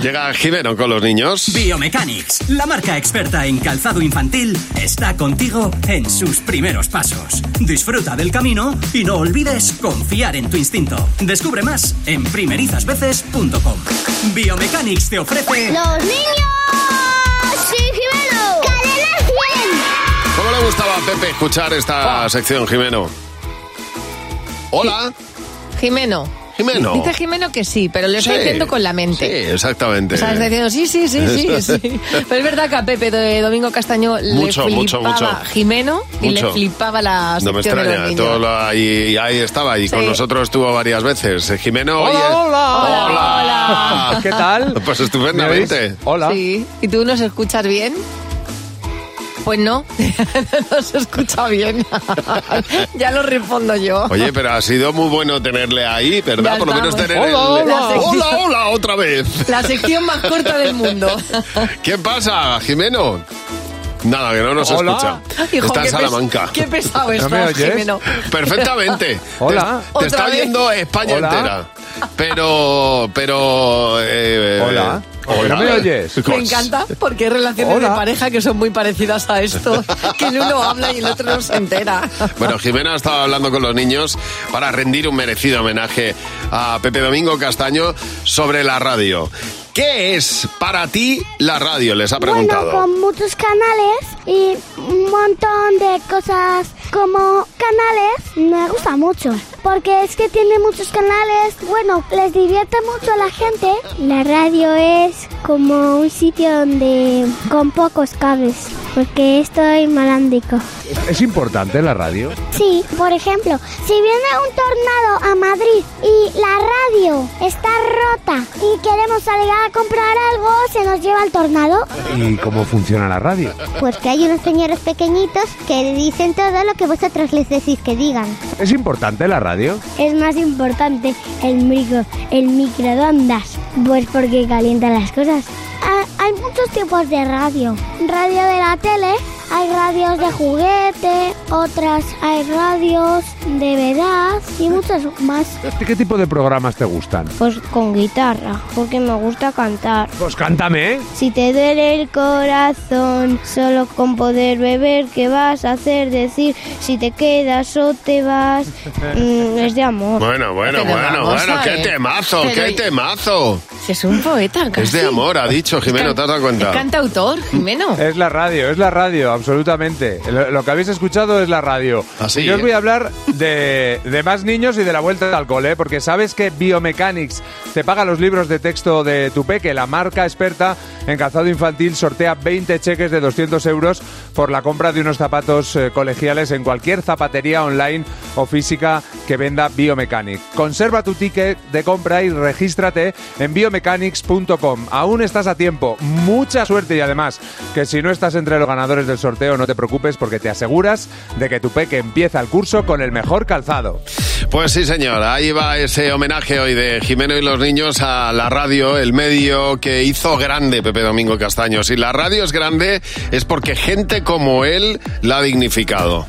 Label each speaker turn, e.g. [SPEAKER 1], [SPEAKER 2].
[SPEAKER 1] Llega Gibero con los niños.
[SPEAKER 2] Biomechanics, la marca experta en calzado infantil, está contigo en sus primeros pasos. Disfruta del camino y no olvides confiar en tu instinto. Descubre más en primerizasveces.com. Biomechanics te ofrece
[SPEAKER 3] ¡Los niños! ¡Sí, Jimeno! ¡Cadena 100!
[SPEAKER 1] ¿Cómo le gustaba a Pepe escuchar
[SPEAKER 4] Ah.
[SPEAKER 1] esta sección, Jimeno? Hola,
[SPEAKER 4] Jimeno.
[SPEAKER 1] Jimeno.
[SPEAKER 4] Dice Jimeno que sí, pero lo está
[SPEAKER 1] Oh. Sí.
[SPEAKER 4] diciendo con la mente.
[SPEAKER 1] Sí, exactamente.
[SPEAKER 4] O sea, está diciendo, sí, sí, sí, sí, sí. Pero es verdad que a Pepe de Domingo Castaño le
[SPEAKER 1] Mucho, mucho,
[SPEAKER 4] flipaba
[SPEAKER 1] mucho.
[SPEAKER 4] Jimeno y le
[SPEAKER 1] Mucho.
[SPEAKER 4] flipaba la
[SPEAKER 1] No me
[SPEAKER 4] sección de los
[SPEAKER 1] extraña,
[SPEAKER 4] niños.
[SPEAKER 1] todo lo- ahí, ahí estaba y con
[SPEAKER 4] Sí.
[SPEAKER 1] nosotros estuvo varias veces. Eh, Jimeno,
[SPEAKER 5] Hola,
[SPEAKER 1] oye.
[SPEAKER 5] hola.
[SPEAKER 4] Hola,
[SPEAKER 1] Hola.
[SPEAKER 5] Ah, ¿Qué tal?
[SPEAKER 1] Pues estupendamente.
[SPEAKER 5] Hola.
[SPEAKER 4] Sí. ¿Y tú nos escuchas bien? Pues no, no se escucha bien. ya lo respondo yo.
[SPEAKER 1] Oye, pero ha sido muy bueno tenerle ahí, ¿verdad?
[SPEAKER 4] Ya
[SPEAKER 1] Por lo menos
[SPEAKER 4] estamos.
[SPEAKER 1] tener
[SPEAKER 5] Hola,
[SPEAKER 1] el-
[SPEAKER 5] hola.
[SPEAKER 1] hola, hola, otra vez.
[SPEAKER 4] La sección más corta del mundo.
[SPEAKER 1] ¿Qué pasa, Jimeno? Nada, que no nos
[SPEAKER 5] Hola.
[SPEAKER 1] escucha.
[SPEAKER 4] Hijo,
[SPEAKER 1] Está
[SPEAKER 4] qué
[SPEAKER 1] en
[SPEAKER 4] pes-
[SPEAKER 1] Salamanca.
[SPEAKER 4] Qué pesado es,
[SPEAKER 5] ¿No me oyes?
[SPEAKER 4] Jimeno.
[SPEAKER 1] Perfectamente.
[SPEAKER 5] Hola.
[SPEAKER 1] Te, te
[SPEAKER 4] Otra
[SPEAKER 1] está
[SPEAKER 4] vez.
[SPEAKER 1] viendo España
[SPEAKER 5] Hola.
[SPEAKER 1] entera. Pero, pero. eh,
[SPEAKER 5] Hola. ¿No me oyes?
[SPEAKER 4] Me encanta porque hay relaciones
[SPEAKER 5] Hola.
[SPEAKER 4] de pareja que son muy parecidas a esto, que el uno habla y el otro no se entera.
[SPEAKER 1] Bueno, Jimena estaba hablando con los niños para rendir un merecido homenaje a Pepe Domingo Castaño sobre la radio. ¿Qué es para ti la radio? Les ha preguntado.
[SPEAKER 3] Bueno, con muchos canales y un montón de cosas como canales, me gusta mucho. Porque es que tiene muchos canales, bueno, les divierte mucho a la gente. La radio es como un sitio donde con pocos cables, porque estoy malándico.
[SPEAKER 5] ¿Es importante la radio?
[SPEAKER 3] Sí, por ejemplo, si viene un tornado a Madrid y la radio está rota y queremos salir a comprar algo, se nos lleva el tornado.
[SPEAKER 5] ¿Y cómo funciona la radio?
[SPEAKER 3] Pues que hay unos señores pequeñitos que dicen todo lo que vosotros les decís que digan.
[SPEAKER 5] ¿Es importante la radio?
[SPEAKER 3] Es más importante el micro, el microondas, pues porque calienta las cosas. Ah, hay muchos tipos de radio. Radio de la tele, hay radios de juguete, otras hay radios de verdad y muchas más.
[SPEAKER 5] ¿Qué tipo de programas te gustan?
[SPEAKER 3] Pues con guitarra, porque me gusta cantar.
[SPEAKER 5] Pues cántame, ¿eh?
[SPEAKER 3] Si te duele el corazón, solo con poder beber, ¿qué vas a hacer? Decir si te quedas o te vas, Mm, es de amor.
[SPEAKER 1] Bueno, bueno,
[SPEAKER 4] Pero
[SPEAKER 1] bueno,
[SPEAKER 4] vamos
[SPEAKER 1] bueno,
[SPEAKER 4] a
[SPEAKER 1] qué
[SPEAKER 4] ver.
[SPEAKER 1] temazo,
[SPEAKER 4] Pero
[SPEAKER 1] qué
[SPEAKER 4] y-
[SPEAKER 1] temazo.
[SPEAKER 4] Si es un poeta,
[SPEAKER 1] Es de
[SPEAKER 4] casi.
[SPEAKER 1] amor, ha dicho Jimeno, ¿te has dado cuenta?
[SPEAKER 4] Es cantautor, Jimeno.
[SPEAKER 5] Es la radio, es la radio, absolutamente. Lo, lo que habéis escuchado es la radio.
[SPEAKER 1] Así,
[SPEAKER 5] Y Yo os
[SPEAKER 1] ¿eh?
[SPEAKER 5] voy a hablar de, de más niños y de la vuelta al cole, porque sabes que Biomechanics te paga los libros de texto de tu peque. La marca experta en calzado infantil sortea 20 cheques de 200 euros por la compra de unos zapatos eh, colegiales en cualquier zapatería online o física que venda Biomechanics. Conserva tu ticket de compra y regístrate en biomechanics.com. Aún estás a tiempo. Mucha suerte y además que si no estás entre los ganadores del sorteo no te preocupes porque te aseguras de que tu peque empieza el curso con el mejor calzado.
[SPEAKER 1] Pues sí, señor. Ahí va ese homenaje hoy de Jimeno y los niños a la radio, el medio que hizo grande Pepe Domingo Castaño. Si la radio es grande es porque gente como él la ha dignificado.